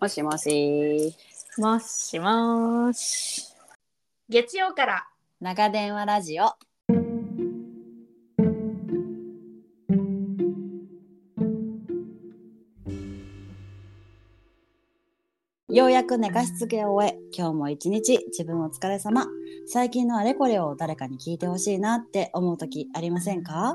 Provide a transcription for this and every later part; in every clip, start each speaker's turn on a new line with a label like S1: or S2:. S1: もしもし。
S2: もしもーし。
S3: 月曜から
S1: 長電話ラジオ。ようやく寝かしつけを終え、今日も一日自分お疲れ様。最近のあれこれを誰かに聞いてほしいなって思う時ありませんか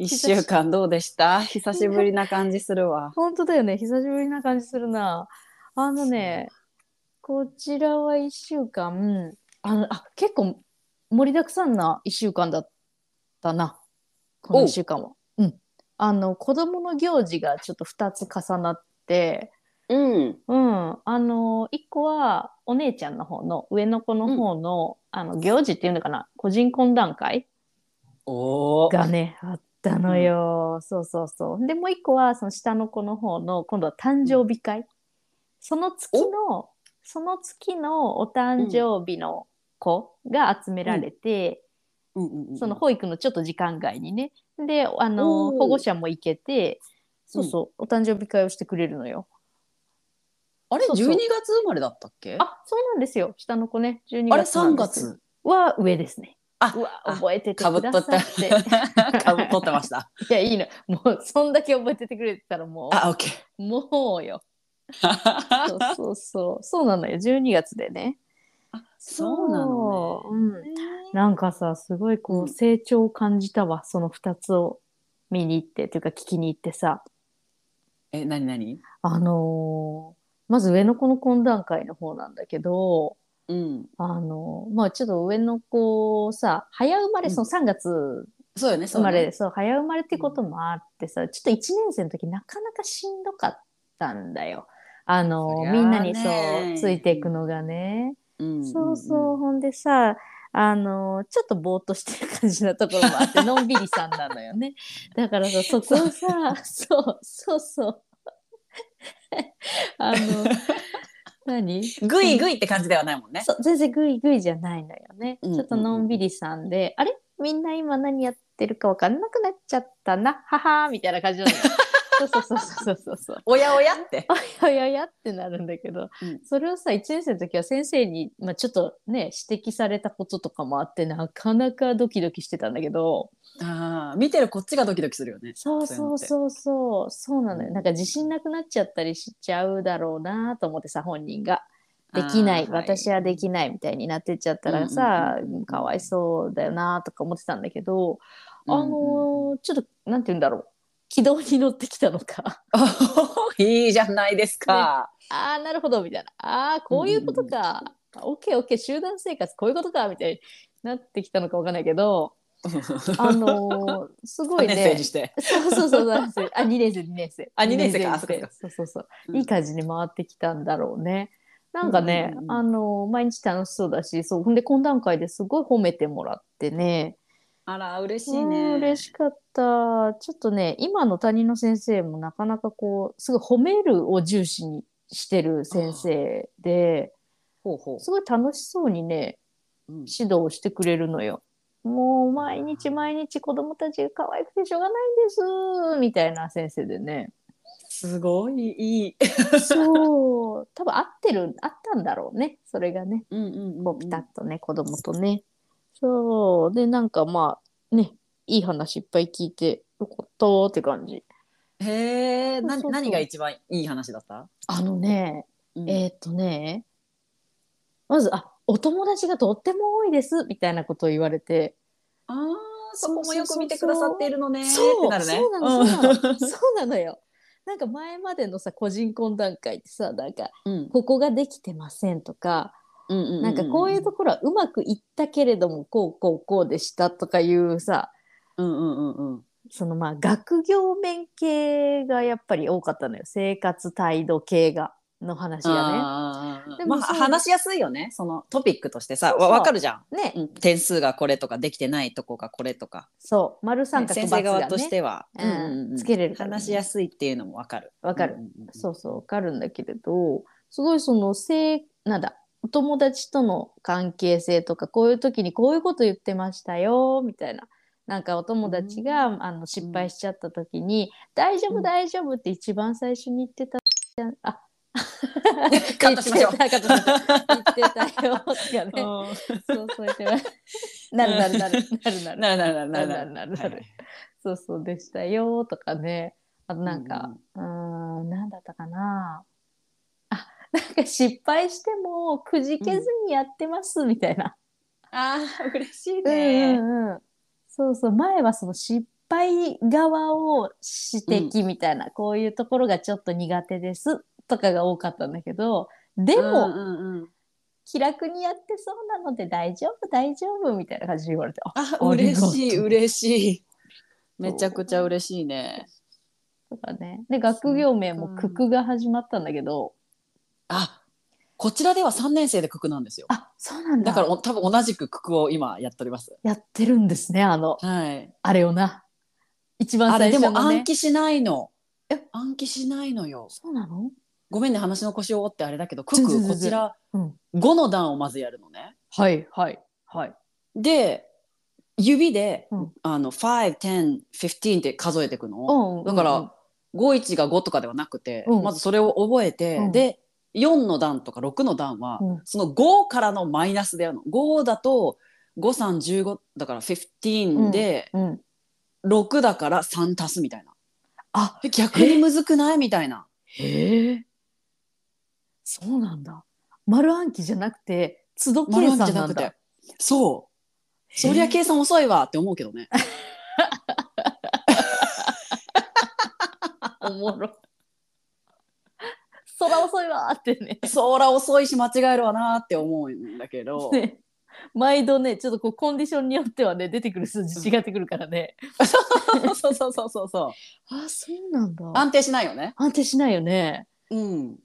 S1: 一週間どうでした久しぶりな感じするわ
S2: 本当だよね。久しぶりな感じするな。あのね、こちらは1週間、あのあ結構盛りだくさんな1週間だったな。この1週間は。うん。あの、子供の行事がちょっと2つ重なって、
S1: うん
S2: うん、あの一個はお姉ちゃんの方の上の子の方の,、あの行事っていうのかな個人懇談会
S1: おお
S2: がねあったのよ、そうそうそうでもう一個はその下の子の方の今度は誕生日会、その月のその月のお誕生日の子が集められて、その保育のちょっと時間外にねであの
S1: おー
S2: 保護者も行けてそうそう、お誕生日会をしてくれるのよ。
S1: あれ
S2: そうそう
S1: 12月生まれだったっけ
S2: あ、そうなんですよ。下の子ね、12
S1: あれ
S2: 月な
S1: 3
S2: んです
S1: 月
S2: は上ですね。
S1: あ
S2: うわ
S1: あ
S2: 覚えてて
S1: かぶ
S2: く
S1: っ
S2: だ
S1: とった
S2: さって。
S1: かぶっとってました
S2: いやいいの。もうそんだけ覚えててくれてたらも
S1: あオッケー
S2: うもうよ。 そうそうそう。そうなのよ。12月でね。
S1: そうなの
S2: そううん。なんかさすごい
S1: う
S2: こ
S1: ん
S2: う成長を感じたわ。その2つを見に行ってというか聞きに行ってさ。
S1: ねえなになに
S2: あのーまず上の子の懇談会の方なんだけど。
S1: うん
S2: あの、まあちょっと上の子さ、早生ま
S1: う
S2: れ、
S1: ん
S2: その3月
S1: そうよねそ
S2: 生
S1: う
S2: まれで、
S1: ね
S2: そう、早生まれってこともあってさ、ちょっと1年生の時なかなかしんどかったんだよ。あ
S1: そ
S2: の、
S1: りゃあね
S2: みんなにそう、ついていくのがね。
S1: うん
S2: そうそう、ほんでさ、あの、ちょっとぼーっとしてる感じなところも あって、のんびりさんなのよね。だからさ、そこをさ、そう、そうそう。 あの、何
S1: うんグイグイって感じではないもんね
S2: そう全然グイグイじゃないのよね、
S1: うん
S2: ちょっとのんびりさんで、あれみんな今何やってるかわかんなくなっちゃったなははーみたいな感じ なのよそうそうそうそうそうそう
S1: おやおや って
S2: そういやいやってなるんだけど、
S1: うん
S2: それをさ1年生の時は先生に、まあ、ちょっとね指摘されたこととかもあってなかなかドキドキしてたんだけど
S1: ああ見てるこっちがドキドキするよね
S2: そうそう
S1: う
S2: そうそうそうなのよなんか自信なくなっちゃったりしちゃうだろうなと思ってさ本人が。
S1: い
S2: で
S1: うのって
S2: きない、
S1: あー
S2: 私はできないみたいになってっちゃったらさ、
S1: うんうんうんうん
S2: かわいそうだよなとか思ってたんだけど、
S1: うんうん
S2: あのーちょっとなんて言うんだろう軌道に乗ってきたのか
S1: いいじゃないですか、
S2: ああなるほどみたいなああこういうことか、オッケーオッケー集団生活こういうことかみたいになってきたのかわかんないけど あ のーすごい
S1: メッセー
S2: ね
S1: ジして
S2: そうそうそうそうそうあ2年生2年生
S1: あ二年生か
S2: 二生そうそうそう
S1: うん
S2: いい感じに回ってきたんだろうね。なんかね、
S1: うんうんうん
S2: あの毎日楽しそうだしそうほんで懇談会ですごい褒めてもらってね
S1: あら嬉しい
S2: うん
S1: ね
S2: 嬉しかったちょっとね今の担任の先生もなかなかこうすごい褒めるを重視にしてる先生で
S1: ほうほう
S2: すごい楽しそうにね
S1: うん
S2: 指導をしてくれるのよ。もう毎日毎日子供たちが可愛くてしょうがないんですみたいな先生でね
S1: すごいいい、
S2: そう多分合ってる合ったんだろうねそれがね
S1: うんうん
S2: こうピタッとね子供とねそうでなんかまあねいい話いっぱい聞いてよかったって感じ
S1: へえな
S2: そうそうそう
S1: 何が一番いい話だった、
S2: あのね
S1: うん
S2: えーっとねまずあお友達がとっても多いですみたいなことを言われて
S1: あーそこもよく見てくださっているのね
S2: そう
S1: ってなるね
S2: そうなのそうなの そうなのよ。なんか前までのさ個人懇談会ってさなんか
S1: うん
S2: ここができてませんとか、
S1: うんうんうん
S2: なんかこういうところはうまくいったけれどもこうこうこうでしたとかいうさ
S1: うんうんうんうん
S2: そのまあ学業面系がやっぱり多かったのよ生活態度系が。の話や
S1: あー
S2: で
S1: ま
S2: も
S1: あ、
S2: そう
S1: 話しやすいよねそのトピックとしてさ
S2: そうそう
S1: わわかるじゃん、
S2: ね。ね、
S1: うん点数がこれとかできてないとこがこれとか、
S2: そう、丸三角
S1: 先
S2: ×
S1: 生側
S2: が
S1: とし
S2: ね、
S1: ては、
S2: うん
S1: うんうん
S2: つけれるからね
S1: 話しやすいっていうのもわかる
S2: わかる
S1: うんうんうん
S2: そうそう、わかるんだけれど、すごいその、せい、なんだ、お友達との関係性とか、こういう時にこういうこと言ってましたよ、みたいな。なんかお友達が、あの失敗しちゃった時に、大丈
S1: う
S2: 夫
S1: ん
S2: 大丈夫って一番最初に言ってた、あ、
S1: カットしましょう
S2: 言ってたカットしましょう言ってたよ、とかね。そうそうやってますなるなるなるなるなる。
S1: なるなるなるな
S2: なる
S1: る
S2: なるなるそうそうでしたよとかね。あとなんか、うーん、なんだったかな。あ、なんか失敗してもくじけずにやってますみたいな。
S1: ああ嬉しい
S2: うんうんうんそうそう、前はその失敗側を指摘みたいな、こういうところがちょっと苦手ですとかが多かったんだけど、で
S1: で
S2: も、
S1: も
S2: 気楽にやってそうなので大丈夫大丈夫みたいな感じで言われて、あ
S1: あ
S2: ありが
S1: 嬉
S2: とう
S1: しい嬉しいめちゃくちゃ嬉しいね
S2: とかね。で、学業名も九九が始まったんだけど、
S1: あこちらでは3年生で九九なんですよ
S2: あ、そうなんだ。
S1: だからお多分同じく九九を今やっております
S2: やってるんですね、あの、
S1: はい
S2: あれをな。一番
S1: あ
S2: 最
S1: れで
S2: 初の、ね。
S1: も暗記しないの
S2: え
S1: 暗記しないのよ
S2: そうなの
S1: ごめんね話の腰を折ってあれだけど九
S2: 全然全
S1: 九
S2: 然
S1: こちら
S2: うん。
S1: 5の段をまずやるのね
S2: はい、はい、はい。
S1: で指で、
S2: うん
S1: あの51015って数えていくの、
S2: うん
S1: だから、51が5とかではなくて、
S2: うん
S1: まずそれを覚えて、
S2: うん
S1: で4の段とか6の段は、
S2: うん
S1: その5からのマイナスでやるの5だと5315だから15で、
S2: うん。うん
S1: 6だから3足すみたいな
S2: あ、
S1: え逆にむずくないみたいな
S2: へえ。そうなんだ。丸暗記じゃなくて、都度計
S1: 丸暗記
S2: 算
S1: じゃ
S2: な
S1: なんく
S2: だ
S1: て。そうそりゃ計算遅いわって思うけどね
S2: おもろ。 空遅いわーってね。
S1: そら遅いし間違えるわなって思うんだけど、
S2: ね毎度ね、ちょっとこうコンディションによってはね、出てくる数字違ってくるからね。
S1: そうそうそうそうそう
S2: あ、そうなんだ。
S1: 安定しないよね
S2: 安定しないよね。
S1: うん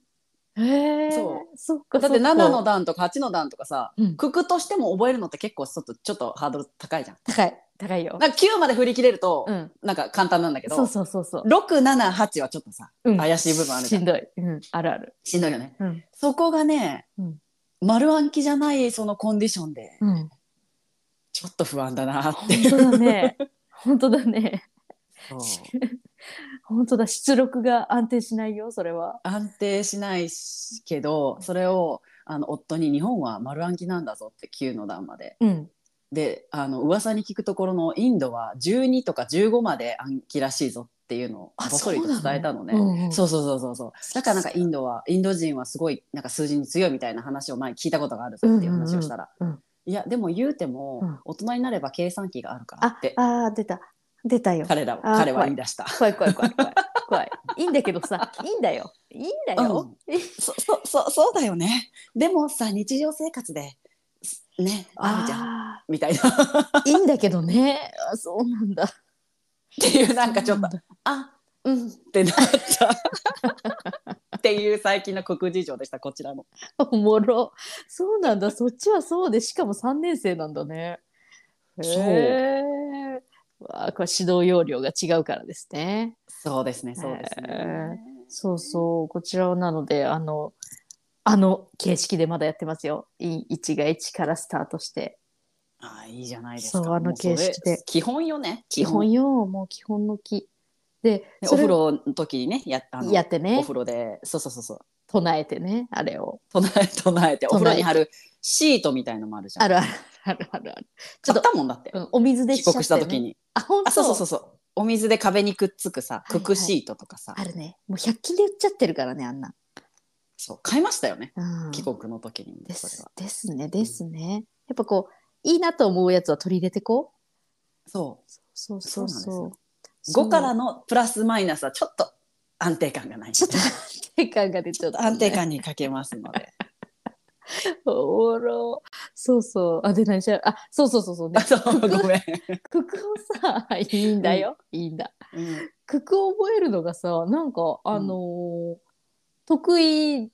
S2: へえ。。
S1: そう
S2: そっか。
S1: だって
S2: そか
S1: 7の段とか8の段とかさ、
S2: うん
S1: 九九としても覚えるのって結構ちょっとちょっとハードル高いじゃん。
S2: 高い高いよ。
S1: なんか9まで振り切れると、
S2: うん。
S1: なんか簡単なんだけど
S2: そうそうそうそう。
S1: 678はちょっとさ
S2: うん
S1: 怪しい部分あるじ
S2: し
S1: ゃん
S2: んどい。うん。あるある。
S1: しんどいよね。
S2: うん。
S1: そこがね、
S2: うん
S1: 丸暗記じゃないそのコンディションで
S2: うん。
S1: ちょっと不安だなって
S2: 本
S1: いう。
S2: 当だね。本当だね。
S1: そう
S2: 本当だ。出力が安定しないよ、それは。
S1: 安定しないしけどそれをあの夫に「日本は丸暗記なんだぞ」って9の段まで。
S2: うん。
S1: であの噂に聞くところのインドは12とか15まで暗記らしいぞっていうのを
S2: あ
S1: ぼそりと
S2: そうなの
S1: 伝えたのね。
S2: うんうん
S1: そうそうそうそうそうだからなんかインドはインド人はすごいなんか数字に強いみたいな話を前に聞いたことがあるぞっていう話をしたら、
S2: うんうんうん
S1: いやでも言うても、
S2: うん
S1: 大人になれば計算機があるから
S2: あ
S1: って、
S2: あー、出た。出た よ。
S1: 彼らは
S2: あ
S1: 彼は言い出した。
S2: 怖い怖い怖い怖い。怖い。いいんだけどさ。いいんだよ。いいんだよ。
S1: そそそそうだよねでもさ日常生活でねあるじゃん
S2: あ
S1: みたいなっ
S2: ーいいんだけどね。あそうなんだ。
S1: ていうなんかちょっと
S2: そう
S1: あうんってなっちゃう っていう最近の国事情でしたこちらの
S2: なんだ。 おもろ。そうなんだ。そっちはそうで、しかも三年生なんだね。
S1: そう
S2: へー。わあ、これ指導要領が違うからですね。
S1: そうですねそうですね、
S2: そうそう、こちらはなので、あの、あの形式でまだやってますよ。1が1からスタートして。
S1: ああいいじゃないですか
S2: そうあの
S1: もそれ
S2: 形式で
S1: 基本よね
S2: 基本よ、もう基本の木。で、
S1: で
S2: そ
S1: お
S2: れ
S1: 風呂の時にねやあの
S2: やって
S1: お
S2: ね
S1: 風、呂でそうそうそうそう
S2: 唱えてね、あれを。
S1: 唱え唱えてお風
S2: 唱
S1: 呂
S2: えて
S1: に貼るシートみたいのもあるじゃん
S2: あるあるあるあるある。ち
S1: ちょ
S2: ょ
S1: っと
S2: っと
S1: あったもんだって、
S2: うんお水で
S1: 帰国した時
S2: に。
S1: に
S2: あ、本当
S1: あそうそうそうそうお水で壁にくっつくさ
S2: はい
S1: ククシートとかさ、
S2: あるね。もう100均で売っちゃってるからね、あんな。
S1: そう買いましたよね
S2: うん、
S1: 帰国の時に
S2: で
S1: それ
S2: す
S1: は。
S2: ですね、ですね。やっぱこう、いいなと思うやつは取り入れてこう。
S1: そ
S2: そうそう
S1: そう
S2: そ
S1: な。
S2: うん
S1: う5からのプラスマイナスはちょっと安定感がない
S2: ちょっと安定感が出ちゃった、ね。
S1: 安定感に欠けますので
S2: おもろ。そうそう。あ、で、何しゃあ、そうそうそうそう、ね
S1: あ。 そうごめん、
S2: ククをさ、 いいんだよ。いいんだ。
S1: うん
S2: ククを覚えるのがさ、なんか、あのー得意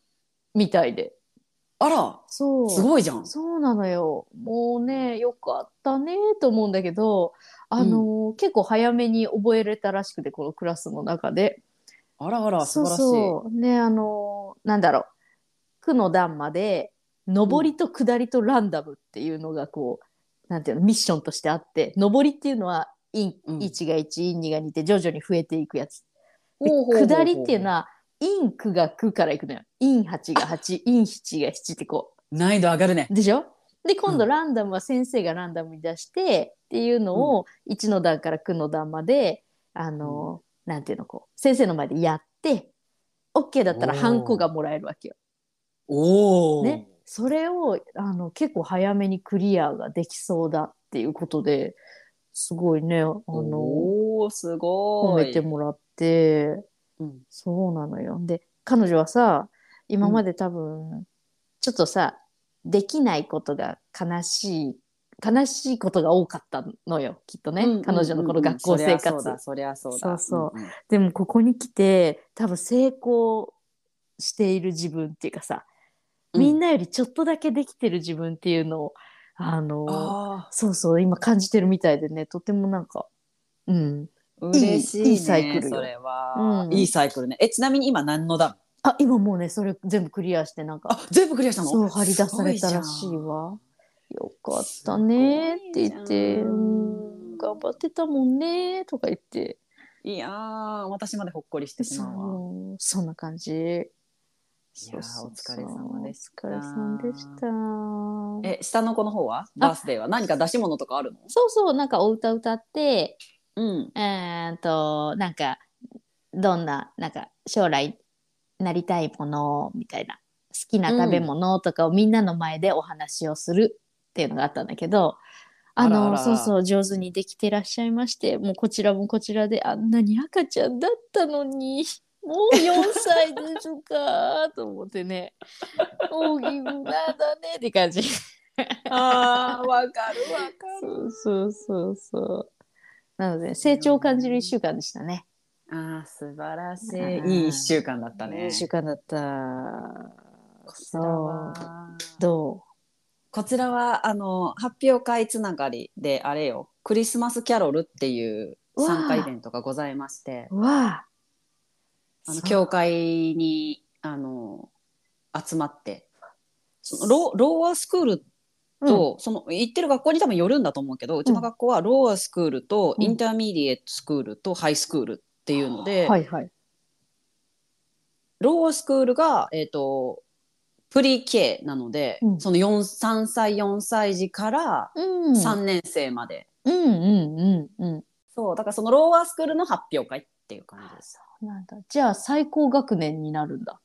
S2: みたいで。
S1: あら、
S2: そう。
S1: すごいじゃん。
S2: そうなのよ。もうね、よかったねと思うんだけど、あの、結構早めに覚えれたらしくて、このクラスの中で。
S1: あらあら、素
S2: そう
S1: 晴らしい。
S2: そう。ね、あの、なんだろう。区の段まで、上りと下りとランダムっていうのがこう、なんていうの、ミッションとしてあって、上りっていうのは、イン、
S1: うん
S2: 1が1、イン2が2で徐々に増えていくやつ。で
S1: ほうほうほうほう
S2: 下りっていうのは、イン9が9からいくのよ。イン8が8、イン7が7ってこう、
S1: 難易度上がるね。
S2: でしょで今
S1: う
S2: 度
S1: ん
S2: ランダムは先生がランダムに出してっていうのを1の段から9の段まであの、なんていうのこう先生の前でやって OK だったら
S1: おー
S2: ハンコがもらえるわけよ。
S1: おお。
S2: ねそれをあの結構早めにクリアができそうだっていうことですごいねあの
S1: おお、す
S2: 褒
S1: ごい。
S2: めてもらって
S1: うん
S2: そうなのよ。で彼女はさ今まで多分、ちょっとさできないことが悲しい悲しいことが多かったのよきっとね、
S1: うん
S2: 彼女のこの学校生活。
S1: そりゃそうだ、そりゃそうだ。
S2: そうそ
S1: うんうん
S2: でもここに来て多分成功している自分っていうかさ、
S1: うん
S2: みんなよりちょっとだけできてる自分っていうのをあの
S1: あ
S2: そうそう今感じてるみたいでねとてもなんかうん
S1: あ、嬉しい、ね。
S2: いいサイクルよ
S1: それは、
S2: うん
S1: いいサイクルね。え、ちなみに今何の段
S2: あ今もうねそれ全部クリアしてなんか
S1: あ、全部クリアしたの
S2: そう張り出されたらし
S1: す
S2: い
S1: ごじゃん
S2: わ。よかったねって言っ
S1: すごい
S2: て、
S1: じゃん
S2: うん、頑張ってたもんねとか言って、
S1: いやー、私までほっこりしてしまうわ。
S2: そうそんな感じ。いや
S1: ーお疲れ様でした
S2: お疲れ様でした。
S1: え、下の子の方はバースデーは何か出し物とかあるの
S2: そうそうなんかお歌歌って、
S1: うん。
S2: えーっとなんかどんななんか将来なりたいものみたいな好きな食べ物とかをみんなの前でお話をするっていうのがあったんだけど、あの
S1: あらあら
S2: そうそう上手にできてらっしゃいましてもうこちらもこちらであんなに赤ちゃんだったのに もう4歳ですかと思ってね大きくなだねって 感じ。
S1: あー、わかるわか
S2: そうそうそうそう。なので、成長を感じる一週間でしたね。
S1: あー、素晴らし
S2: う
S1: い。
S2: ん
S1: いい一週間だったね。
S2: 一週間だった。そう。ど
S1: こちらはあの発表会つながりであれよクリスマスキャロルっていう
S2: わあ
S1: 参加イベントがございまして
S2: うわあ。
S1: あの
S2: そう
S1: 教会にあの集まってそのローローアスクールと、その行ってる学校に多分よるんだと思うけどうちの学校はローアスクールと
S2: うん
S1: インターミディエットスクールとハイスクールっていうので、
S2: はいはい。
S1: ロースクールが、えー、とプリ K なので、
S2: うん
S1: その4 3歳4歳児から
S2: うん
S1: 3年生まで。
S2: うんうんうんうん。
S1: そう、だからそのローアースクールの発表会っていう感じです。
S2: そうなんだ。じゃあ、最高学年になるんだ。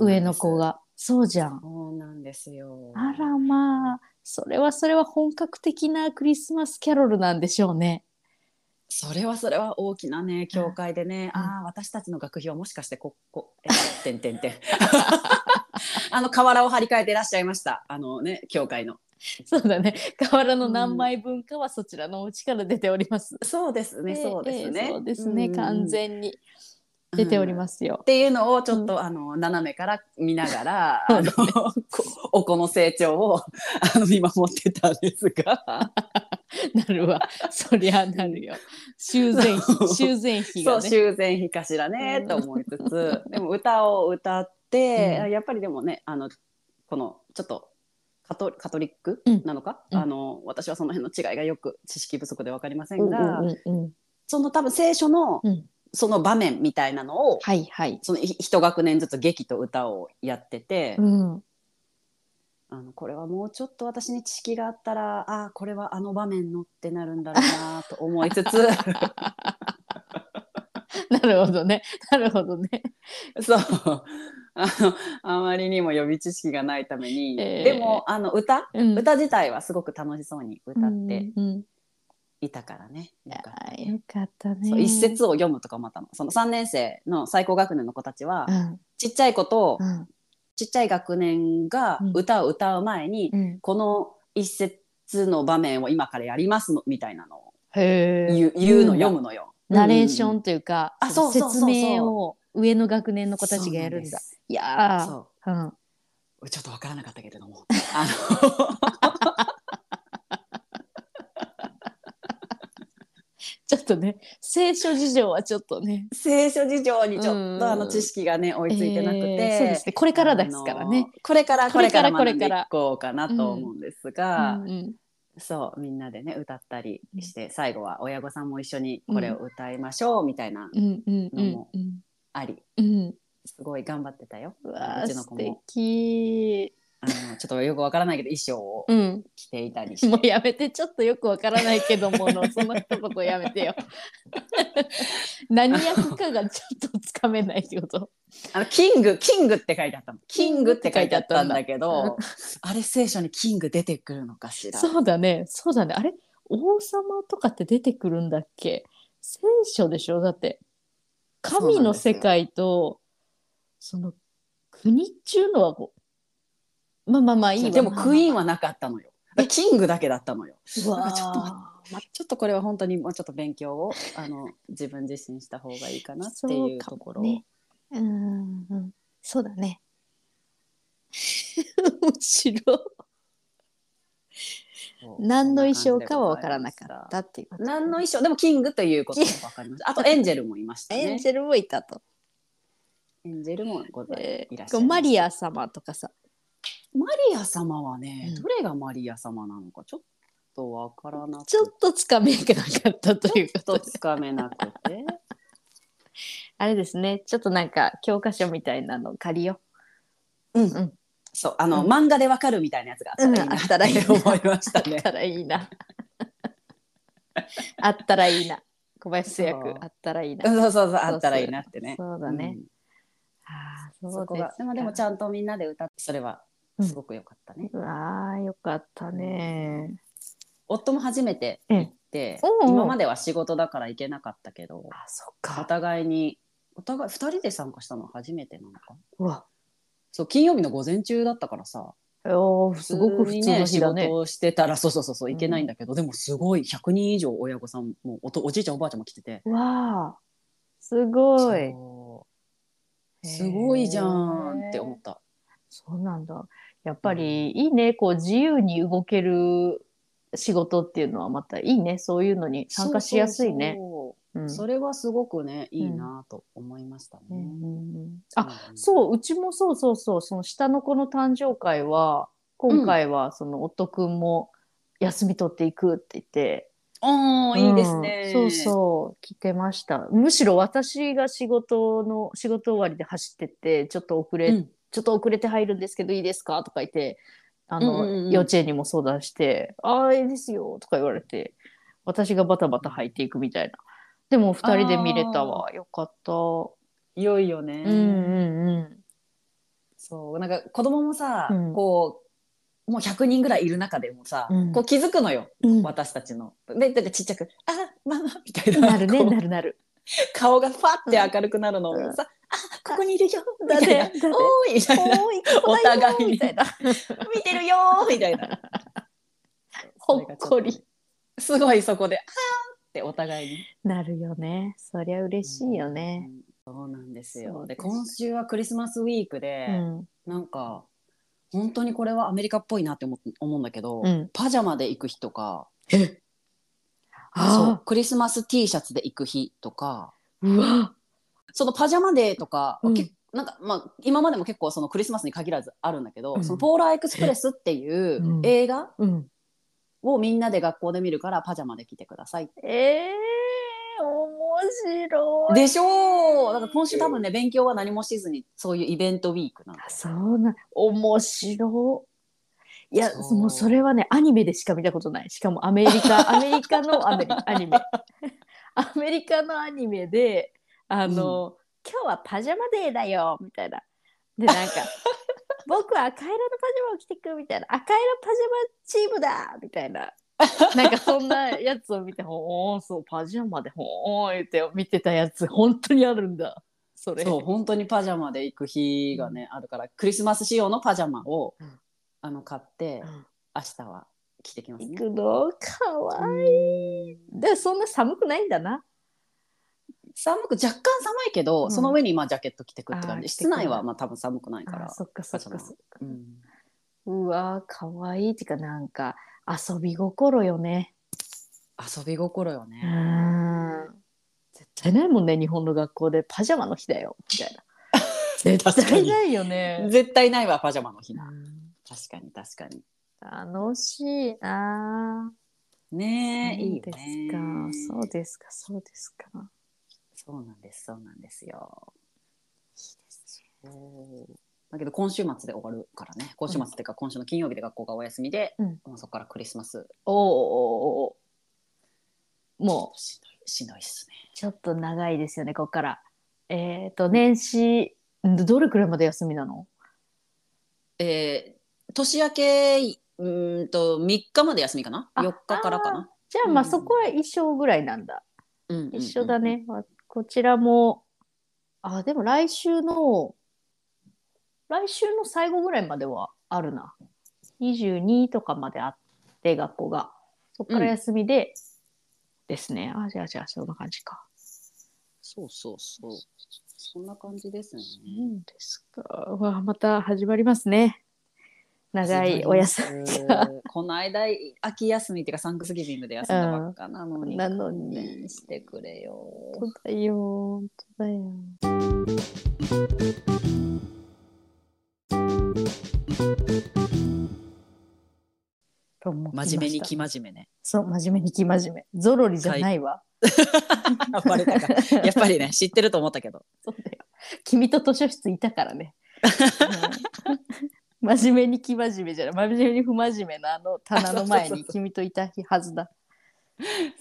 S2: 上の子。が。そうじゃん。
S1: そうなんですよ。
S2: あらまあ。それはそれは本格的なクリスマスキャロルなんでしょうね。
S1: それはそれは大きなね、教会でね、
S2: うん
S1: ああ、私たちの学費はもしかしてここ、えーてんてんてん。 あの瓦を張り替えていらっしゃいました。あのね、教会の。
S2: そうだね。瓦の何枚分かはそちらのお家から出ております。
S1: そうですね、
S2: ええ
S1: そうですね。
S2: ええそうですね。
S1: ん
S2: 完全に出ており
S1: す。うん
S2: ますよ
S1: っ。ていうのをちょっと、
S2: う
S1: あの斜めから見ながら、
S2: そう
S1: あのこお子の成長をあの見守ってたんですが。
S2: な るわ。そりゃなるよ。修繕費、修繕費
S1: そ
S2: が
S1: う
S2: ね。
S1: 修繕費かしらね、
S2: うん
S1: と思いつ つでも歌を歌って、
S2: うん
S1: やっぱりでもねあのこのちょっとカトカトリック
S2: うん
S1: なのか、
S2: うん
S1: あの私はその辺の違いがよく知識不足で分かりませ
S2: うんんう
S1: が、
S2: んうんうん
S1: その多分聖書の
S2: うん
S1: その場面みたいなのを、
S2: はいはい。
S1: そのひ一学年ずつ劇と歌をやってて、
S2: うん。
S1: あのこれはもうちょっと私に知識があったらああこれはあの場面のってなるんだろうなと思いつ つ
S2: なるほどね。なるほどね。
S1: そうあのあまりにも予備知識がないために、
S2: えー
S1: でもあの歌
S2: うん。
S1: 歌自体はすごく楽しそうに歌って
S2: うんうん。
S1: いたからね、
S2: あ
S1: よかった
S2: ーよかった
S1: そう
S2: ね。
S1: 一節を読むとかもあったのその3年生の最高学年の子たちは、
S2: うん。
S1: ちっちゃい子と
S2: うん
S1: ちっちゃい学年が
S2: うん
S1: 歌を歌う前に、
S2: うん。
S1: この一節の場面を今からやりますのみたいなのを
S2: へ
S1: 言う,、
S2: え。
S1: 言うの
S2: んだ
S1: 読むのよ。
S2: ナレーシ
S1: うん
S2: ョンというか
S1: あ、
S2: その
S1: そうそうそうそう
S2: 説明を上の学年の子たちがやるんだ。いや
S1: そう
S2: うん。
S1: ちょっとわからなかったけれども。 あの
S2: ちょっとね、聖書事情はちょっとね。
S1: 聖書事情にちょっ
S2: うん
S1: とあの知識がね追いついてなくて、
S2: えーそうですね。これからですから
S1: あ
S2: ね
S1: の。。これから
S2: こ
S1: こ
S2: れ
S1: れ
S2: か
S1: からら学んでいこうかなと思うんですが、
S2: うんうん
S1: そうみんなでね歌ったりして、最後は親御さんも一緒にこれを歌いましょうみたいな
S2: うんうんう
S1: の
S2: ん
S1: も
S2: うん
S1: あり、
S2: うん。
S1: すごい頑張ってたよ。
S2: うわ
S1: う
S2: ー
S1: ちの子
S2: 素
S1: も
S2: 敵。
S1: あのちょっとよくわからないけど衣装を
S2: うん。
S1: 着ていたりして
S2: もうやめてちょっとよくわからないけども のその一言やめてよ。 何役かがちょっとつかめないっ てこと。
S1: あのキングキングって書いてあったのキングって書いてあったんだけど、あれ聖書にキング出てくるのかしら
S2: そうだねそうだねあれ王様とかって出てくるんだっけ聖書でしょだって神の世界とその国っちゅうのはこうまあまあまあいいわ
S1: でもクイーン
S2: は
S1: はなかったのよだからキングだけだったのよ
S2: ちょっと
S1: なんかちょっと待ちょっとこれは本当にもうちょっと勉強をあの自分自身した方がいいかなっていうところを、
S2: ね、うんうんそうだ ね面白い
S1: そう
S2: 何の衣装かは分からなかっ
S1: そ
S2: たっていうこ
S1: んな感じでございました何の衣装でもキングということが分かりましたあとエンジェルもいまし
S2: と
S1: たね
S2: エンジェルもいたと、
S1: エンジェルもござい
S2: え
S1: いらっし
S2: ー、
S1: ゃいま
S2: マ
S1: す
S2: リア様とかさ
S1: マリア様はね、
S2: うん
S1: どれがマリア様なのかちょっとわからなくて
S2: ちょっとつかめなかったということ
S1: と
S2: で
S1: つかめなくて
S2: あれですね、ちょっとなんか教科書みたいなの借りよ
S1: うん
S2: うん
S1: そうあの、
S2: うん
S1: 漫画でわかるみたいなやつが
S2: う。
S1: あったらいいなって思いました
S2: あっ
S1: ね
S2: たらいいな。あったらいいな。小林製薬
S1: そう、
S2: あったらいいな。
S1: そうそうそう
S2: そう
S1: あったらいいなってね
S2: そうだね
S1: うん。
S2: ああ、そ
S1: そうこ
S2: です
S1: が
S2: か。
S1: でもでもちゃんとみんなで歌ってそれはすごく良かったね、
S2: うわあ、よかったね。
S1: 夫も初めて行って、
S2: ええおうおう
S1: 今までは仕事だから行けなかったけど
S2: あ、そっ
S1: お
S2: か。
S1: 互いにお互い2人で参加したのは初めてなのか
S2: うわ。
S1: そう金曜日の午前中だったからさ
S2: おーすごく普通の日だ
S1: 普通に仕
S2: ね
S1: 事。をしてたらそうそうそうそう行けないんだけど、でもすごい100人以上親御さんもおとおじいちゃんおばあちゃんも来てて
S2: うわあ、すごい。
S1: そうすごいじゃんって思った。
S2: そうなんだ。やっぱりいいね、こう自由に動ける仕事っていうのはまたいいね、そういうのに参加しやすいね。
S1: そううそうそうんそれはすごくねいいなと思いましたね。
S2: うんあ、
S1: ん
S2: そう、うちもそうそうそう、その下の子の誕生会は、今回はその夫くんも休み取っていくって言って、
S1: おーいいですね。
S2: うんそうそう、来てました。むしろ私が仕事の、仕事終わりで走ってって、ちょっと遅れ
S1: うん
S2: ちょっと遅れて入るんですけどいいですか?」とか言ってあの、
S1: うんうんうん
S2: 幼稚園にも相談して「ああいいですよ」とか言われて私がバタバタ入っていくみたいなでも2人で見れたわよかったう
S1: いよいよね。
S2: んうんうん
S1: そうなんか子供もさ、
S2: うん
S1: こうもう100人ぐらいいる中でもさ、
S2: うん
S1: こう気づくのよ、
S2: うん
S1: 私たちの。でだってちっちゃく「あママ」みたいな
S2: なるね
S1: こう
S2: なるなる
S1: 顔がファって明るくなるのをさ「
S2: うん
S1: あここにいるよ」み
S2: だ
S1: た
S2: ね
S1: いな
S2: だね
S1: 「おーい」みたいな
S2: おーいここだ
S1: お
S2: よ
S1: 互いに
S2: みたいな
S1: 「見てるよ」みたいな。
S2: ほっこり
S1: すごいそこで「あー」ってお互いに。
S2: なるよねそりゃ嬉しいよね
S1: うん。そうなんです
S2: そう
S1: よ。
S2: で
S1: です今週はクリスマスウィークで、
S2: うん
S1: なんか本当にこれはアメリカっぽいなって思う思うんだけど、
S2: うん
S1: パジャマで行く日とかそう
S2: あ
S1: クリスマス T シャツで行く日とか
S2: ーうわ
S1: そのパジャマデーとか、
S2: うん
S1: けなんかまあ、今までも結構そのクリスマスに限らずあるんだけど、
S2: うん
S1: そのポーラーエクスプレスってい
S2: えう
S1: うん映画
S2: うん
S1: をみんなで学校で見るからパジャマで来てくださいって。
S2: えー面白い
S1: でしょうだから今週多分ね勉強は何もしずにそういうイベントウィークなの。
S2: あそうな面白いいや
S1: そう
S2: もうそれはねアニメでしか見たことないしかもアメ リカアメリカのアメリアニメアメリカのアニメであの、今日はパジャマデーだよみたいなでなん か僕は赤色のパジャマを着てくみたいな赤色パジャマチームだみた いななんかそんなやつを見てほーんそうパジャマでほーんって見てたやつ本当にあるんだそれ
S1: そう本当にパジャマで行く日がね、あるからクリスマス仕様のパジャマを、
S2: うん
S1: あの買って
S2: うん
S1: 明日は着てきます
S2: 行
S1: ね。
S2: くのかわいい
S1: うん
S2: でそんな寒くないんだな。
S1: 寒く若干寒いけど、
S2: うん
S1: その上にまあジャケット着てくって
S2: あ
S1: 感
S2: ー
S1: じ
S2: 着て
S1: 室
S2: く
S1: 内はまあ多分寒くないか
S2: あ
S1: ら
S2: そっかそっかそっか
S1: うん、
S2: うわーかわいいっていうかなんか遊び心よね
S1: 遊び心よ ね、
S2: うん絶対ないもんね日本の学校でパジャマの日だよみたいな絶対ないよね
S1: 絶対ないわパジャマの日な
S2: うん
S1: 確かに確かに
S2: 楽しいなあ
S1: ねえいいよ
S2: です
S1: ね
S2: かそうですかそうですか
S1: そうなんですそうなんですよそうだけど今週末で終わるからね今週末っていうか今週の金曜日で学校がお休みで、
S2: うん
S1: もうそこからクリスマス
S2: おーおーおーおーもう
S1: しんどいしんどいっすね
S2: ちょっと長いですよねここからえっ、と年始んどれくらいまで休みなの
S1: えー年明けうーんと3日まで休みかな
S2: あ
S1: 4日からかな、
S2: じゃあまあ
S1: うん
S2: そこは一緒ぐらいなんだ、
S1: うんうんうん
S2: 一緒だね、まあこちらもあでも来週の来週の最後ぐらいまではあるな22とかまであって学校がそこから休みで、ですねあじゃあじゃあそんな感じか
S1: そうそうそうそんな感じですね
S2: うんですかうわまた始まりますね長いお休みが
S1: この間秋休みっていうかサンクスギビングで休んだばっかなのに、
S2: なのに
S1: 勘弁してくれよ
S2: 本当だよ本当だよと思ってました
S1: 真面目に生真面目ね
S2: そう真面目にき真面目ゾロリじゃないわ、
S1: バレた かやっぱりね知ってると思ったけど
S2: そうだよ 君と図書室いたか らね、うん真面目にき真面目じゃない真面目に不真面目なあの棚の前
S1: あそうそう
S2: に
S1: そう
S2: 君といたはずだ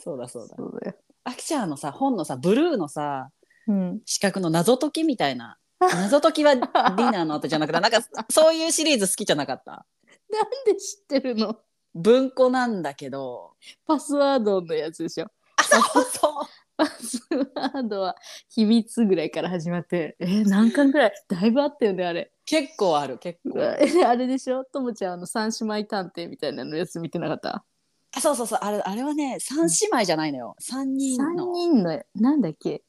S1: そうだそうだ
S2: そうだよ、
S1: アキちゃんのさ本のさブルーのさ
S2: うん、
S1: 四角の謎解きみたい な謎解きはディナーの後じゃなくてなんかそういうシリーズ好きじゃなかった
S2: なんで知ってるの
S1: 文庫なんだけど
S2: パスワードのやつでしょ
S1: そうそう
S2: パスワードは秘密ぐらいから始まってえー何巻ぐらい だいぶあったよねあれ
S1: 結構ある結
S2: う
S1: 構
S2: わ えあれでしょともちゃんあの三姉妹探偵みたいなのやつ見てなかった
S1: あそうそうそうあれあれはね三姉妹じゃないのよ三人
S2: 三
S1: の
S2: 人のなんだっけ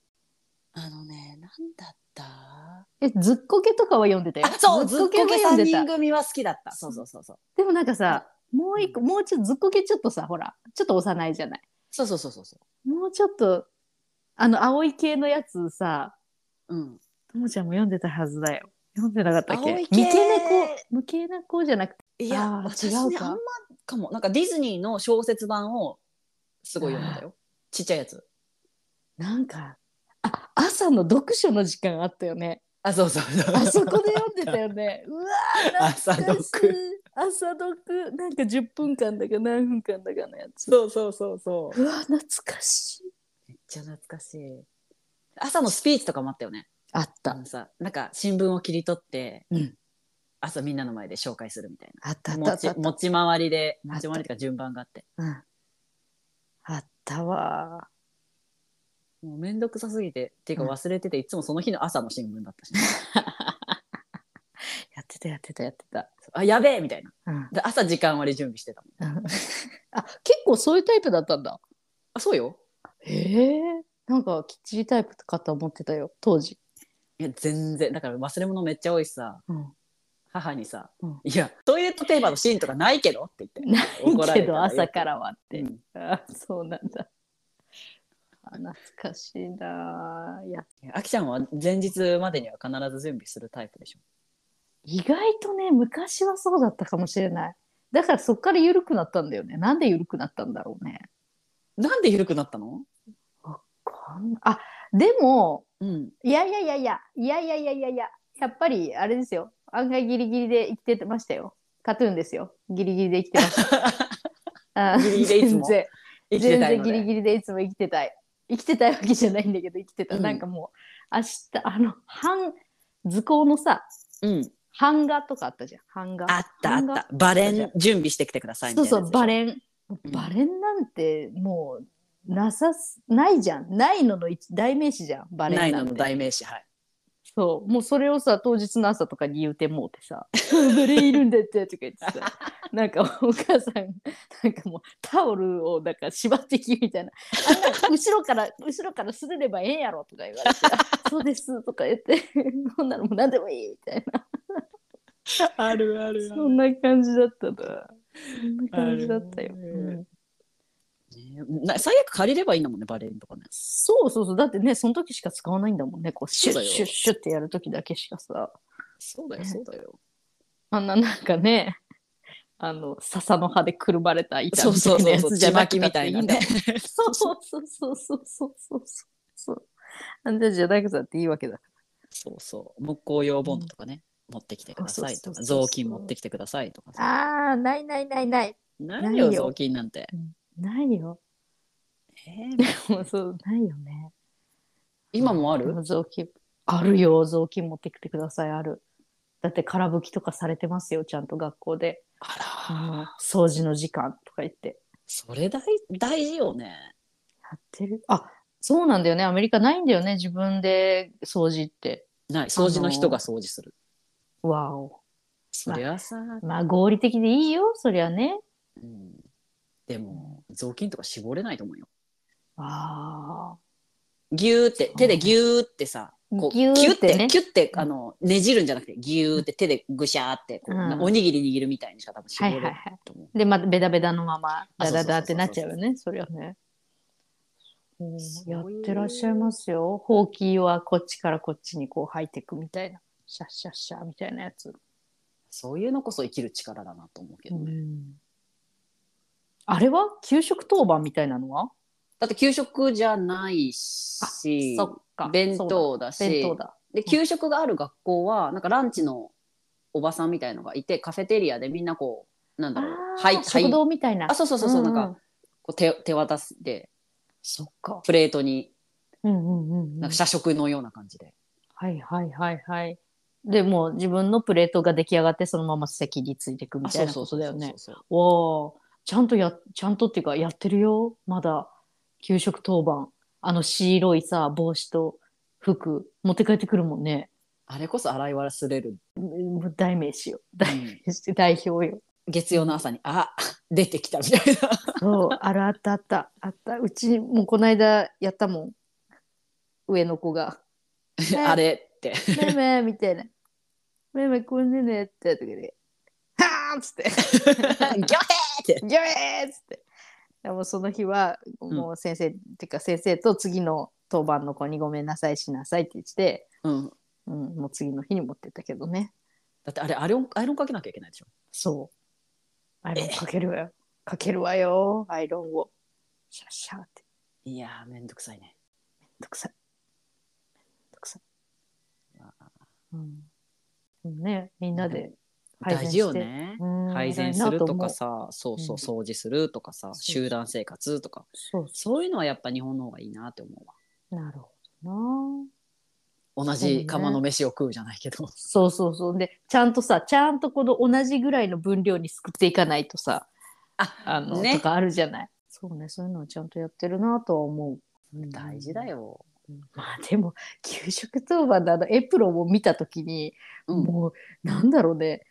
S1: あのねなんだった
S2: えずっこけとかは読んでたよ
S1: あそうずっこけ
S2: は
S1: 3
S2: 読んで
S1: 人
S2: た
S1: 組は好きだったそうそうそうそう
S2: でもなんかさもう一個もうちょっとずっこけちょっとさほらちょっと幼いじゃない
S1: そうそうそうそうそ
S2: もうちょっとあの青い系のやつさ
S1: ううん
S2: ともちゃんも読んでたはずだよ読んでなかったっけ
S1: 青い
S2: 無
S1: 系
S2: 形な子無形な子じゃなくて
S1: い
S2: あ
S1: や
S2: ー
S1: 私ね
S2: 違うか
S1: あんまかもなんかディズニーの小説版をすごい読んだよちっちゃいやつ
S2: なんかあ朝の読書の時間あったよね
S1: あそうそうそう
S2: あそこで読んでたよね。うわー
S1: 朝
S2: 懐かしい
S1: 読
S2: 朝読なんか10分間だか何分間だかのやつ。
S1: そうそうそうそう
S2: うわ懐かしい。
S1: めっちゃ懐かしい朝のスピーチとかもあったよね
S2: あっ
S1: あ
S2: た
S1: のさなんか新聞を切り取って、
S2: うん
S1: 朝みんなの前で紹介するみたいな
S2: あったあったあ
S1: 持
S2: ったあ
S1: ち
S2: った。
S1: 持ち回りで
S2: あった
S1: 持ち回りとか順番があって
S2: うんあったわ
S1: もうめんどくさすぎてっていうか
S2: うん
S1: 忘れてて、いつもその日の朝の新聞だったし、
S2: ー。やってたやってたやってた。
S1: あやべえみたいな
S2: うん、
S1: で朝時間割り準備してたもん
S2: あ結構そういうタイプだったんだ。
S1: あそうよ
S2: へえ。なんかきっちりタイプかと思ってたよ当時。
S1: いや全然だから忘れ物めっちゃ多いしさ
S2: うん、
S1: 母にさ「
S2: うん
S1: いやトイレットペーパーのシーンとかないけど」って言っ
S2: な
S1: て怒ら
S2: い
S1: れた
S2: けど
S1: らよく
S2: 朝からはって。
S1: うん
S2: あそうなんだ。あ懐かしいなあ。いや
S1: あきちゃんは前日までには必ず準備するタイプでしょ
S2: 意外とね昔はそうだったかもしれない。だからそっから緩くなったんだよね。なんで緩くなったんだろうね。
S1: なんで緩くなったの
S2: こんあでも
S1: うん
S2: いやいやいやいやいやいやいやいやいややっぱりあれですよ案外ギリギリで生きてましたよ。カトゥーンですよ。ギリギリで生きてました。あ
S1: ギリギリでいつも生
S2: 全然
S1: きてたい
S2: 全然
S1: ので
S2: ギリギリでいつも生きてたい生きてたいわけじゃないんだけど生きてた、
S1: うん
S2: なんかもう明日あの半図工のさ
S1: うん、
S2: 版画とかあったじゃん版画
S1: あったあ
S2: 版画
S1: ったバレン準備してきてくださいみた
S2: そ
S1: いうな
S2: そうバ
S1: ン
S2: レン
S1: うん
S2: バレンなんてもうなさすないじゃんないのの一代名詞じゃんバレン
S1: ない
S2: な
S1: の
S2: んて
S1: の代名詞はい
S2: そうもうそれをさ当日の朝とかに言うてもうてさ「バレンいるんだって」とか言ってさなんかお母さんなんかもうタオルをなんか縛ってきみたいなあんな後ろから後ろからすれればええやろとか言われて「そうです」とか言ってほんならもう何でもいいみたいな
S1: あるある
S2: そんな感じだったなそんな感じだったよ、
S1: ある
S2: うん
S1: な最悪借りればいいんだもんねバレエとかね
S2: そうそうそうだってねその時しか使わないんだもんねこうシュ
S1: そう
S2: ッ
S1: だよ
S2: シュッシュッってやる時だけしかさ
S1: そうだよそうだよ
S2: あんななんかね あの笹の葉でくるまれた板
S1: そう
S2: みた
S1: そう
S2: いな
S1: そう
S2: や
S1: そう
S2: つじゃ
S1: ち
S2: な
S1: ま
S2: く
S1: き
S2: たっ
S1: みた
S2: てい
S1: い
S2: い
S1: なん
S2: だ
S1: ね
S2: よそうそうそうそうそうそうそうそうあんたじゃなくたっていいわけだか
S1: そうそう木工用ボンドとかね、持ってきてください
S2: そ
S1: と
S2: うそ
S1: か
S2: うそうそう
S1: 雑巾持ってきてくださいとかさ
S2: らあーないないないない
S1: 何よ
S2: ないよ
S1: 雑巾なんて
S2: ないよ
S1: えー
S2: もう そうないよね
S1: 今もある
S2: 雑巾あるよ雑巾持ってきてくださいあるだって空拭きとかされてますよちゃんと学校で
S1: あ
S2: あの
S1: ら
S2: 掃除の時間とか言って
S1: それ大大事よね
S2: やってるあそうなんだよねアメリカないんだよね自分で掃除って
S1: ない掃除の人が掃除する
S2: わお
S1: そりゃさ、
S2: まあ合理的でいいよそりゃね
S1: うん、でも雑巾とか絞れないと思うよ
S2: あ
S1: ギューって手でギューってさこう
S2: ギューってね
S1: キュッてキュッてあのねじるんじゃなくてギューって手でぐしゃーってこう、
S2: うん
S1: おにぎり握るみたいにしか多分
S2: あは
S1: 絞
S2: い
S1: れ
S2: はい
S1: な
S2: はいい
S1: と思う、
S2: でまたベダベダのまま
S1: あ
S2: ダ
S1: そうそうそうそう
S2: ダダってなっちゃうよねそりゃねうん
S1: そうい
S2: や
S1: う
S2: ってらっしゃいますよほうきはこっちからこっちにこう入ってくみたいなシャッシャッシャーみたいなやつ、
S1: そういうのこそ生きる力だなと思うけどね、
S2: あれは給食当番みたいなのは
S1: だって給食じゃない
S2: あ
S1: し
S2: そっか
S1: 弁
S2: そう
S1: 当だし
S2: だ弁当だ
S1: で給食がある学校はなんかランチのおばさんみたいのがいてカフェテリアでみんなこうなんだろう
S2: あー
S1: はいは
S2: 食
S1: い
S2: 堂みたいな
S1: あそうそうそうそう、
S2: ん
S1: なんかこう手手渡しで
S2: そっか
S1: プレートに
S2: うんうんうんうん
S1: なんか社食のような感じで、
S2: はいはいはいはいでもう自分のプレートが出来上がってそのまま席についていくみたいなことだよね
S1: そうそうそう
S2: わあちゃんとやちゃんとっていうかやってるよまだ給食当番あの白いさ帽子と服持って帰ってくるもんね
S1: あれこそ洗い忘れる、
S2: うん代名詞よ 代名詞代表よ
S1: 月曜の朝にあ出てきたみたいな
S2: そう、あるあったあった、あった、うちもうこの間やったもん。上の子 が。
S1: あれって
S2: めめみたいな。めめこんでねって時で。はあっつって。
S1: ギョヘーって
S2: ギョエーっつって。でもその日は、もう先生、てか先生と次の当番の子にごめんなさいしなさいって言って、
S1: うん
S2: うん、もう次の日に持ってったけどね。
S1: だってあれアイロンアイロンかけなきゃいけないでしょ
S2: そう。アイロンかけるわよ。かけるわよ、アイロンを。シャッシャーって。
S1: いやーめんどくさいね
S2: めんどくさい。めんどくさい
S1: あ。
S2: うん、でもね、みんなで配
S1: 大
S2: 膳
S1: 事
S2: し
S1: よ
S2: て。
S1: ね
S2: うん。
S1: 配膳するとかさそうそう
S2: う
S1: 掃除するとかさ、
S2: そう
S1: 集団生活とか
S2: 偉いなと思う。そ
S1: そういうのはやっぱ日本の方がいいなって思うわ
S2: う。なるほどな。
S1: 同じ釜の飯を食うじゃないけど、
S2: そうそうそう。で、ちゃんとさ、ちゃんとこの同じぐらいの分量にすくっていかないとさ、
S1: あ
S2: あの、
S1: ね
S2: とかあるじゃない。そうね、そういうのをちゃんとやってるなとは思う。うん
S1: 大事だ。よ、
S2: まあでも、給食当番のあのエプロンを見たときに、
S1: うん
S2: もうなんだろうね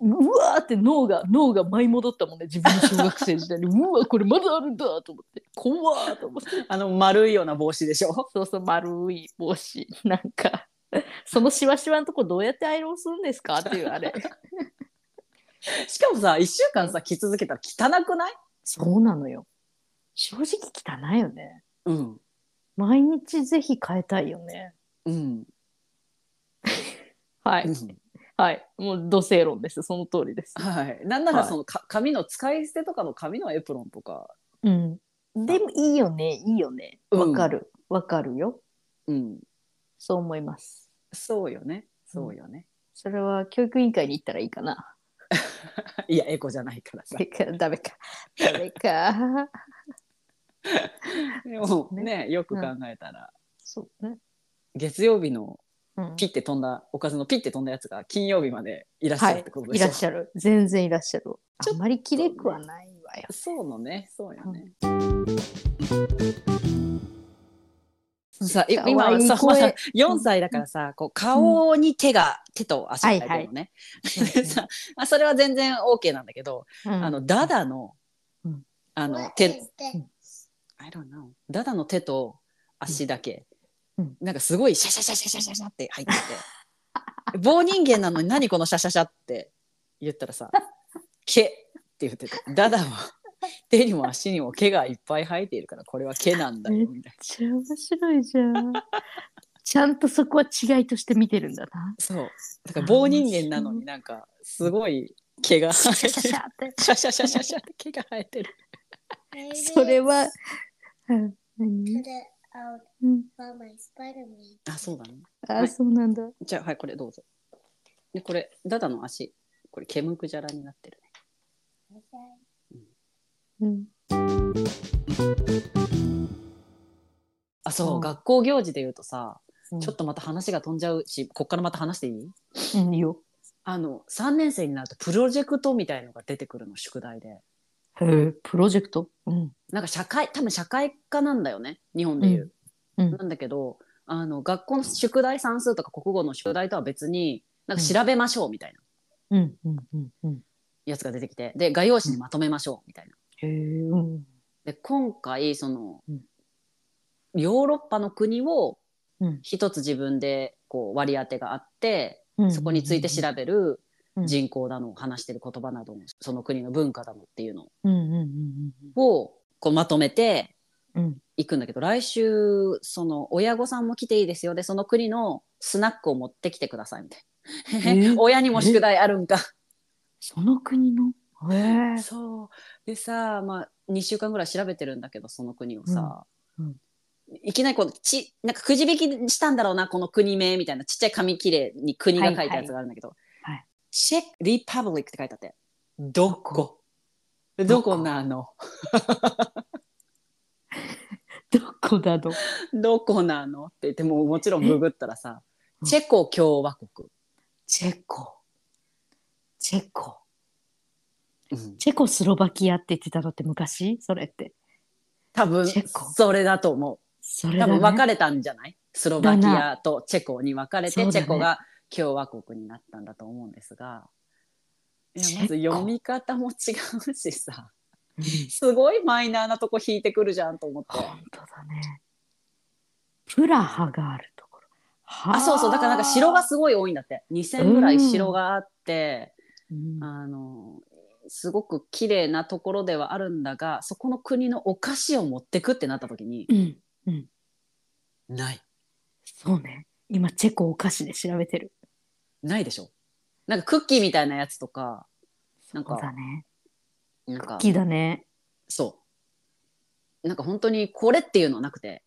S2: うわーって脳が脳が舞い戻ったもんね自分の小学生時代 にうわこれまだあるんだと思って怖ーと思って
S1: あの丸いような帽子でしょ
S2: そうそう丸い帽子なんかそのしわしわのとこどうやってアイロンするんですかっていうあれ
S1: しかもさ1週間さ着続けたら汚くない
S2: そうなのよ正直汚いよね
S1: うん
S2: 毎日ぜひ変えたいよね
S1: うん、
S2: は
S1: う
S2: い
S1: ん
S2: はいもう土星論ですその通りです
S1: はい、なんなら
S2: はい
S1: その、か髪の使い捨てとかの髪のエプロンとか、
S2: うんでもいいよねいいよねわかるわかるよ
S1: うん、
S2: そう思います
S1: そうよねそうよね、
S2: それは教育委員会に行ったらいいかな。
S1: いやエコじゃないからさ
S2: てかダメか。ダメか。
S1: でも
S2: ね
S1: ねよく考えたら、
S2: そうね。
S1: 月曜日の
S2: うん
S1: ピッて飛んだおかずのピッて飛んだやつが金曜日までいらっしゃ
S2: は
S1: るっ
S2: い
S1: てこと。で
S2: い
S1: しょ、
S2: らっしゃる。全然いらっしゃる。
S1: ちょっと
S2: あんまりきれくはないわよ。
S1: そうのねそうよね、さい
S2: 可愛い
S1: 今さま
S2: 声
S1: だ4歳だからさこう顔に手が、手と足が入ってるのね、
S2: はいは い
S1: さあそれは全然 OK なんだけど、
S2: うん
S1: あのダダの、
S2: うん
S1: あの手 I don't know ダダの手と足だけ、
S2: うん
S1: なんかすごいシャシャシャシャシャシャシャって入ってて棒人間なのに何このシャシャシャって言ったらさ「毛」って言っててダダは手にも足にも毛がいっぱい生えているからこれは毛なんだよみたいな
S2: めっちゃ面白いじゃ ん。ちゃんとそこは違いとして見てるんだな。
S1: そうだから棒人間なのになんかすごい毛が
S2: シ
S1: 生
S2: ャ
S1: えて
S2: シャ
S1: るシャシ
S2: シャシャって。
S1: ャシャシャシャって毛が生えてる
S2: それは、うん何
S4: Put it out
S2: うん、
S4: on my spider man.
S1: あそうだねは
S2: あ、
S1: い
S2: そうなんだ。
S1: じゃあはいこれどうぞでこれダダの足これ毛むくじゃらになってる
S4: Okay.
S2: うん。
S1: あそう、
S2: うん
S1: 学校行事で言うとさ、ちょっ
S2: と、
S1: とまた話が飛んじゃうしこっからまた話していい
S2: うん、いいよ。
S1: あの3年生になるとプロジェクトみたいのが出てくるの宿題で
S2: へえ、プロジェクト。うん。
S1: なんか社会多分社会科なんだよね日本でいう、
S2: うんうん
S1: なんだけどあの学校の宿題算数とか国語の宿題とは別になんか調べましょうみたいな
S2: うん、うん、うん、うん。
S1: やつが出てきてで画用紙にまとめましょうみたいな。
S2: へえ、うん。
S1: で今回その、
S2: うん
S1: ヨーロッパの国を
S2: うん
S1: 一つ自分でこう割り当てがあって、
S2: うん
S1: そこについて調べる
S2: うん
S1: 人口だの話してる言葉などのその国の文化だのっていうの
S2: うん、うん、うん、
S1: をこうまとめて
S2: うん。うん。
S1: いくんだけど来週その親御さんも来ていいですよでその国のスナックを持ってきてくださいみたいな。
S2: え
S1: 親にも宿題あるんか
S2: その国の。へえ。
S1: そうでさ、まあ、2週間ぐらい調べてるんだけどその国をさ、
S2: うんうん
S1: いきなりこのちなんかくじ引きしたんだろうなこの国名みたいなちっちゃい紙切れに国が書いたやつがあるんだけど、
S2: はいはい
S1: チェック・リパブリックって書いてあってどこどこなの
S2: どこだど。
S1: どこなのって言ってもうもちろんググったらさ
S2: え
S1: チェコ共和国、
S2: チェコ。チェコ。
S1: うん、
S2: チェコスロバキアって言ってたのって昔それって。
S1: 多分
S2: チェコ
S1: それだと思う
S2: それ
S1: 多
S2: だ、ね。
S1: 分分かれたんじゃないスロバキアとチェコに分かれて、
S2: だな
S1: チ
S2: そうだね
S1: ェコが共和国になったんだと思うんですがい
S2: チェ
S1: や
S2: コ
S1: まず読み方も違うしさすごいマイナーなとこ引いてくるじゃんと思って
S2: 本当だね。プラハがあるところ。は
S1: あそうそうだからなんか城がすごい多いんだって2,000ぐらい城があって、
S2: うん
S1: あのすごく綺麗なところではあるんだがそこの国のお菓子を持ってくってなった時に
S2: うん
S1: ない
S2: そうね。今チェコお菓子で調べてる。
S1: ないでしょなんかクッキーみたいなやつとかなん
S2: そうだ
S1: か
S2: ね。
S1: なん
S2: クッ
S1: か
S2: キーだね。
S1: そう。なんか本当にこれっていうのはなくて。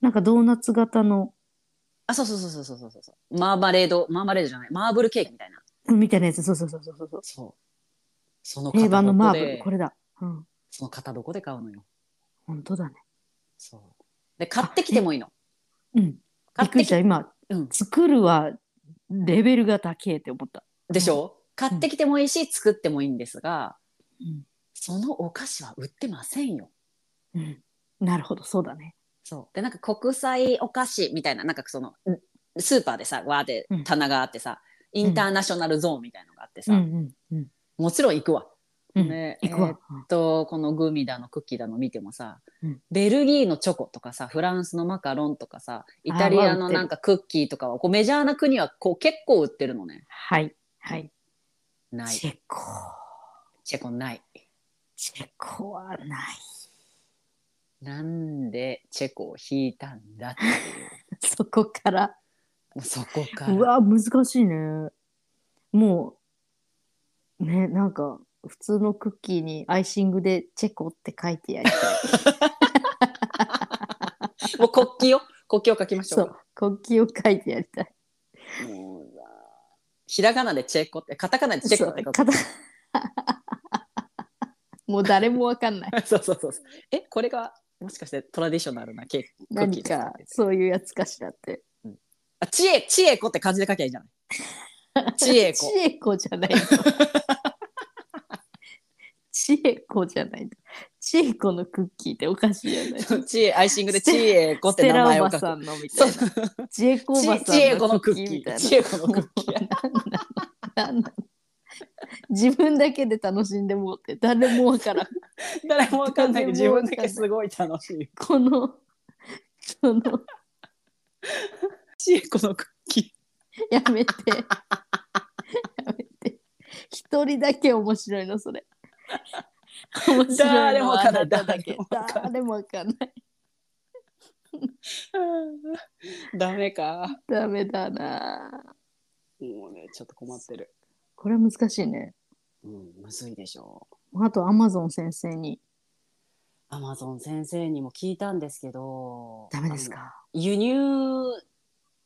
S2: なんかドーナツ型の
S1: あ、そうそうそうそうそうそうそう。マーマレード、マーマレードじゃない、マーブルケーキみたいな。
S2: うんみたいなやつ。そうそうそうそうそうそう。
S1: そう。その
S2: 定
S1: 型
S2: 番の
S1: どこ
S2: マーブル
S1: で、
S2: これだ。うん。
S1: その型どこで買うのよ。
S2: 本当だね。
S1: そう。で、買ってきてもいいの。
S2: うん。び
S1: 買
S2: っ
S1: っ
S2: く
S1: て
S2: り
S1: き
S2: した。今
S1: うん、
S2: 作るはレベルが高えって思った。
S1: でしょ、買ってきてもいいし、作ってもいいんですが、
S2: うん
S1: そのお菓子は売ってませんよ。
S2: うん。なるほど、そうだね。
S1: そう。で、なんか国際お菓子みたいな、なんかその、んスーパーでさ、わーって
S2: うん
S1: 棚があってさ、インターナショナルゾーンみたいのがあってさ、
S2: うんうんうん。
S1: もちろん行くわ。
S2: うん
S1: ね
S2: 行くわ。
S1: えーっとこのグミだのクッキーだの見てもさ、
S2: うん
S1: ベルギーのチョコとかさフランスのマカロンとかさイタリア
S2: あーまあ売っ
S1: の
S2: てる
S1: なんかクッキーとかはこうメジャーな国はこう結構売ってるのね
S2: はい。はい。
S1: ない
S2: チェコ。
S1: チェコない
S2: チェコはない。
S1: なんでチェコを引いたんだって
S2: そこから。
S1: もうそこから
S2: うわ、難しいね。もう、ね、なんか、普通のクッキーにアイシングでチェコって書いてやりたい。
S1: もう国旗よ国旗を書きまし
S2: そ
S1: ょう
S2: う。国旗を書いてやりたい。
S1: もううわひらがなでチェコってカタカナでチェコって書
S2: そう
S1: く
S2: 片 もう誰もわ かんない。
S1: そうそうそうそうえこれがもしかしてトラディショナルなケーキクッキーで
S2: 何
S1: す
S2: か、そういうやつかしらって。
S1: あチエチエコって漢字で書きゃいいじゃない チエコ
S2: チエ コじゃないの。チエコじゃないの。ちえこのクッキーっておかしいよね。
S1: ちえ、アイシングでちえこっ
S2: ス
S1: て
S2: テ
S1: 名
S2: ラ
S1: 前
S2: お
S1: を書
S2: ば
S1: く。
S2: さんのみた
S1: そ
S2: いうな。ちえこおばさん
S1: ちえこのクッキー
S2: みたいな。
S1: ちえこのクッキー
S2: もうなんなんなんなん自分だけで楽しんでもうって誰もわからん。
S1: 誰もわかんないけど自
S2: 誰もわか
S1: 分
S2: んない
S1: だけすごい楽しい。
S2: この、その、
S1: ちえこのクッキー。
S2: やめて。やめて。一人だけ面白いの、それ。面白い
S1: 誰
S2: の
S1: もわ
S2: は
S1: か
S2: あ
S1: んない
S2: なただけ。
S1: 誰
S2: 誰もわかんない。
S1: ダメか。
S2: ダメだなぁ。
S1: もうね、ちょっと困ってる。
S2: これは難しいね。
S1: うん、むずいでしょう。
S2: あと、アマゾン先生に。
S1: アマゾン先生にも聞いたんですけど。
S2: ダメですか
S1: 輸入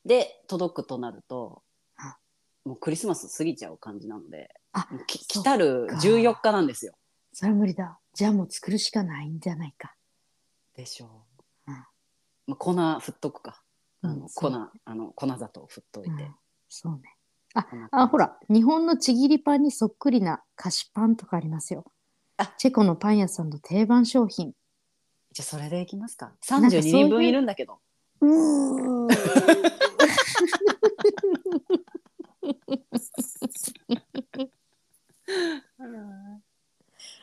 S1: で届くとなると
S2: あ
S1: もうクリスマス過ぎちゃう感じなので
S2: あ
S1: もうき
S2: そ
S1: 来
S2: っか
S1: たる14日なんですよ。
S2: それは無理だ。じゃあもう作るしかないんじゃないか。
S1: でしょう。
S2: うん
S1: まあ、粉振っとくか。あの
S2: うんそ
S1: 粉
S2: う
S1: あの粉砂糖振っといて。
S2: うんそうね。
S1: こんな感じ
S2: あ、ほら、日本のちぎりパンにそっくりな菓子パンとかありますよ。
S1: あ
S2: チェコのパン屋さんの定番商品。
S1: じゃあそれでいきますか。
S2: んかそうい
S1: 32
S2: う
S1: 人分いるんだけど。
S2: うーん。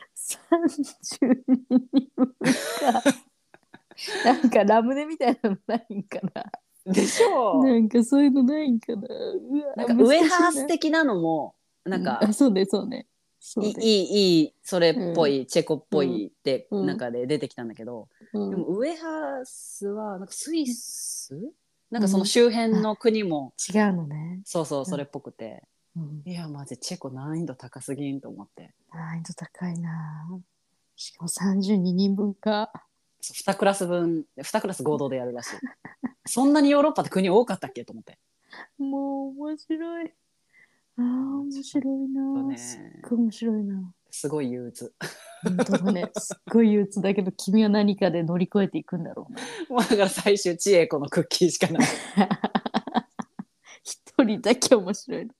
S2: 32人分か。なんかラムネみたいなのないんかな。
S1: でしょ
S2: な
S1: う。
S2: んかそういうのないんかな。うわ
S1: なんかウエハー
S2: 難しい
S1: ス的なのもなんか
S2: うあそうね、そうね。そう
S1: い
S2: ね
S1: いいいいそれっぽい、チェコっぽいって
S2: うん
S1: 中で出てきたんだけど、
S2: うん
S1: でもウエハースはなんかスイス、なんかその周辺の国も、
S2: 違うのね。
S1: そうそうそれっぽくて、
S2: うん、
S1: いやマジチェコ難易度高すぎんと思って
S2: 難易度高いな。しかも32人分か。
S1: そう2クラス分2クラス合同でやるらしいそんなにヨーロッパって国多かったっけと思って
S2: もう面白い。ああ、面白い
S1: と
S2: な、
S1: ね
S2: すっごい面白いな。
S1: すごい憂鬱
S2: 本当だね。すっごい憂鬱だけど、君は何かで乗り越えていくんだろうな。
S1: もうだから最終チエコのクッキーしかない
S2: 一人だけ面白いの。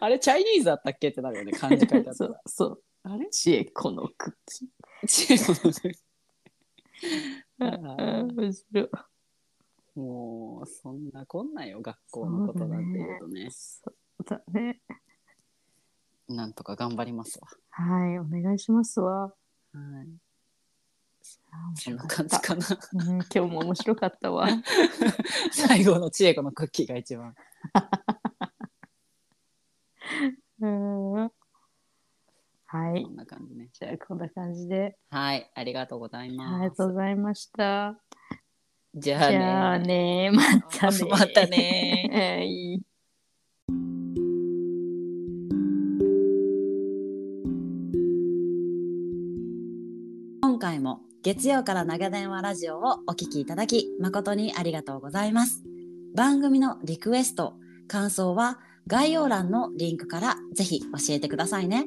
S1: あれチャイニーズだったっけってなるよね漢字書いてあっ
S2: そ
S1: た
S2: う
S1: ら、
S2: そう。
S1: あれ
S2: 知恵子のクッキ ー。
S1: チエコのクッキーあ
S2: あ
S1: ー
S2: ー面白い。
S1: もうそんなこんなんよ学校のことなんて言うとね
S2: そうだね。
S1: なんとか頑張りますわ
S2: はい、お願いしますわ。
S1: はい
S2: あー面
S1: そん
S2: 白
S1: な
S2: か
S1: 感
S2: っ
S1: じ
S2: た
S1: かな
S2: うん、今日も面白かったわ。
S1: 最後のチエコのクッキーが一 番
S2: うんはい
S1: こ。んな感じね
S2: じゃあ、こんな感じで。
S1: はいありがとうござい
S2: あり
S1: ま
S2: が
S1: す
S2: とうございました。
S1: じ
S2: じゃあね、またね。
S1: またね
S2: はい。
S1: 今回も月曜から長電話ラジオをお聞きいただき誠にありがとうございます番組のリクエスト感想は概要欄のリンクからぜひ教えてくださいね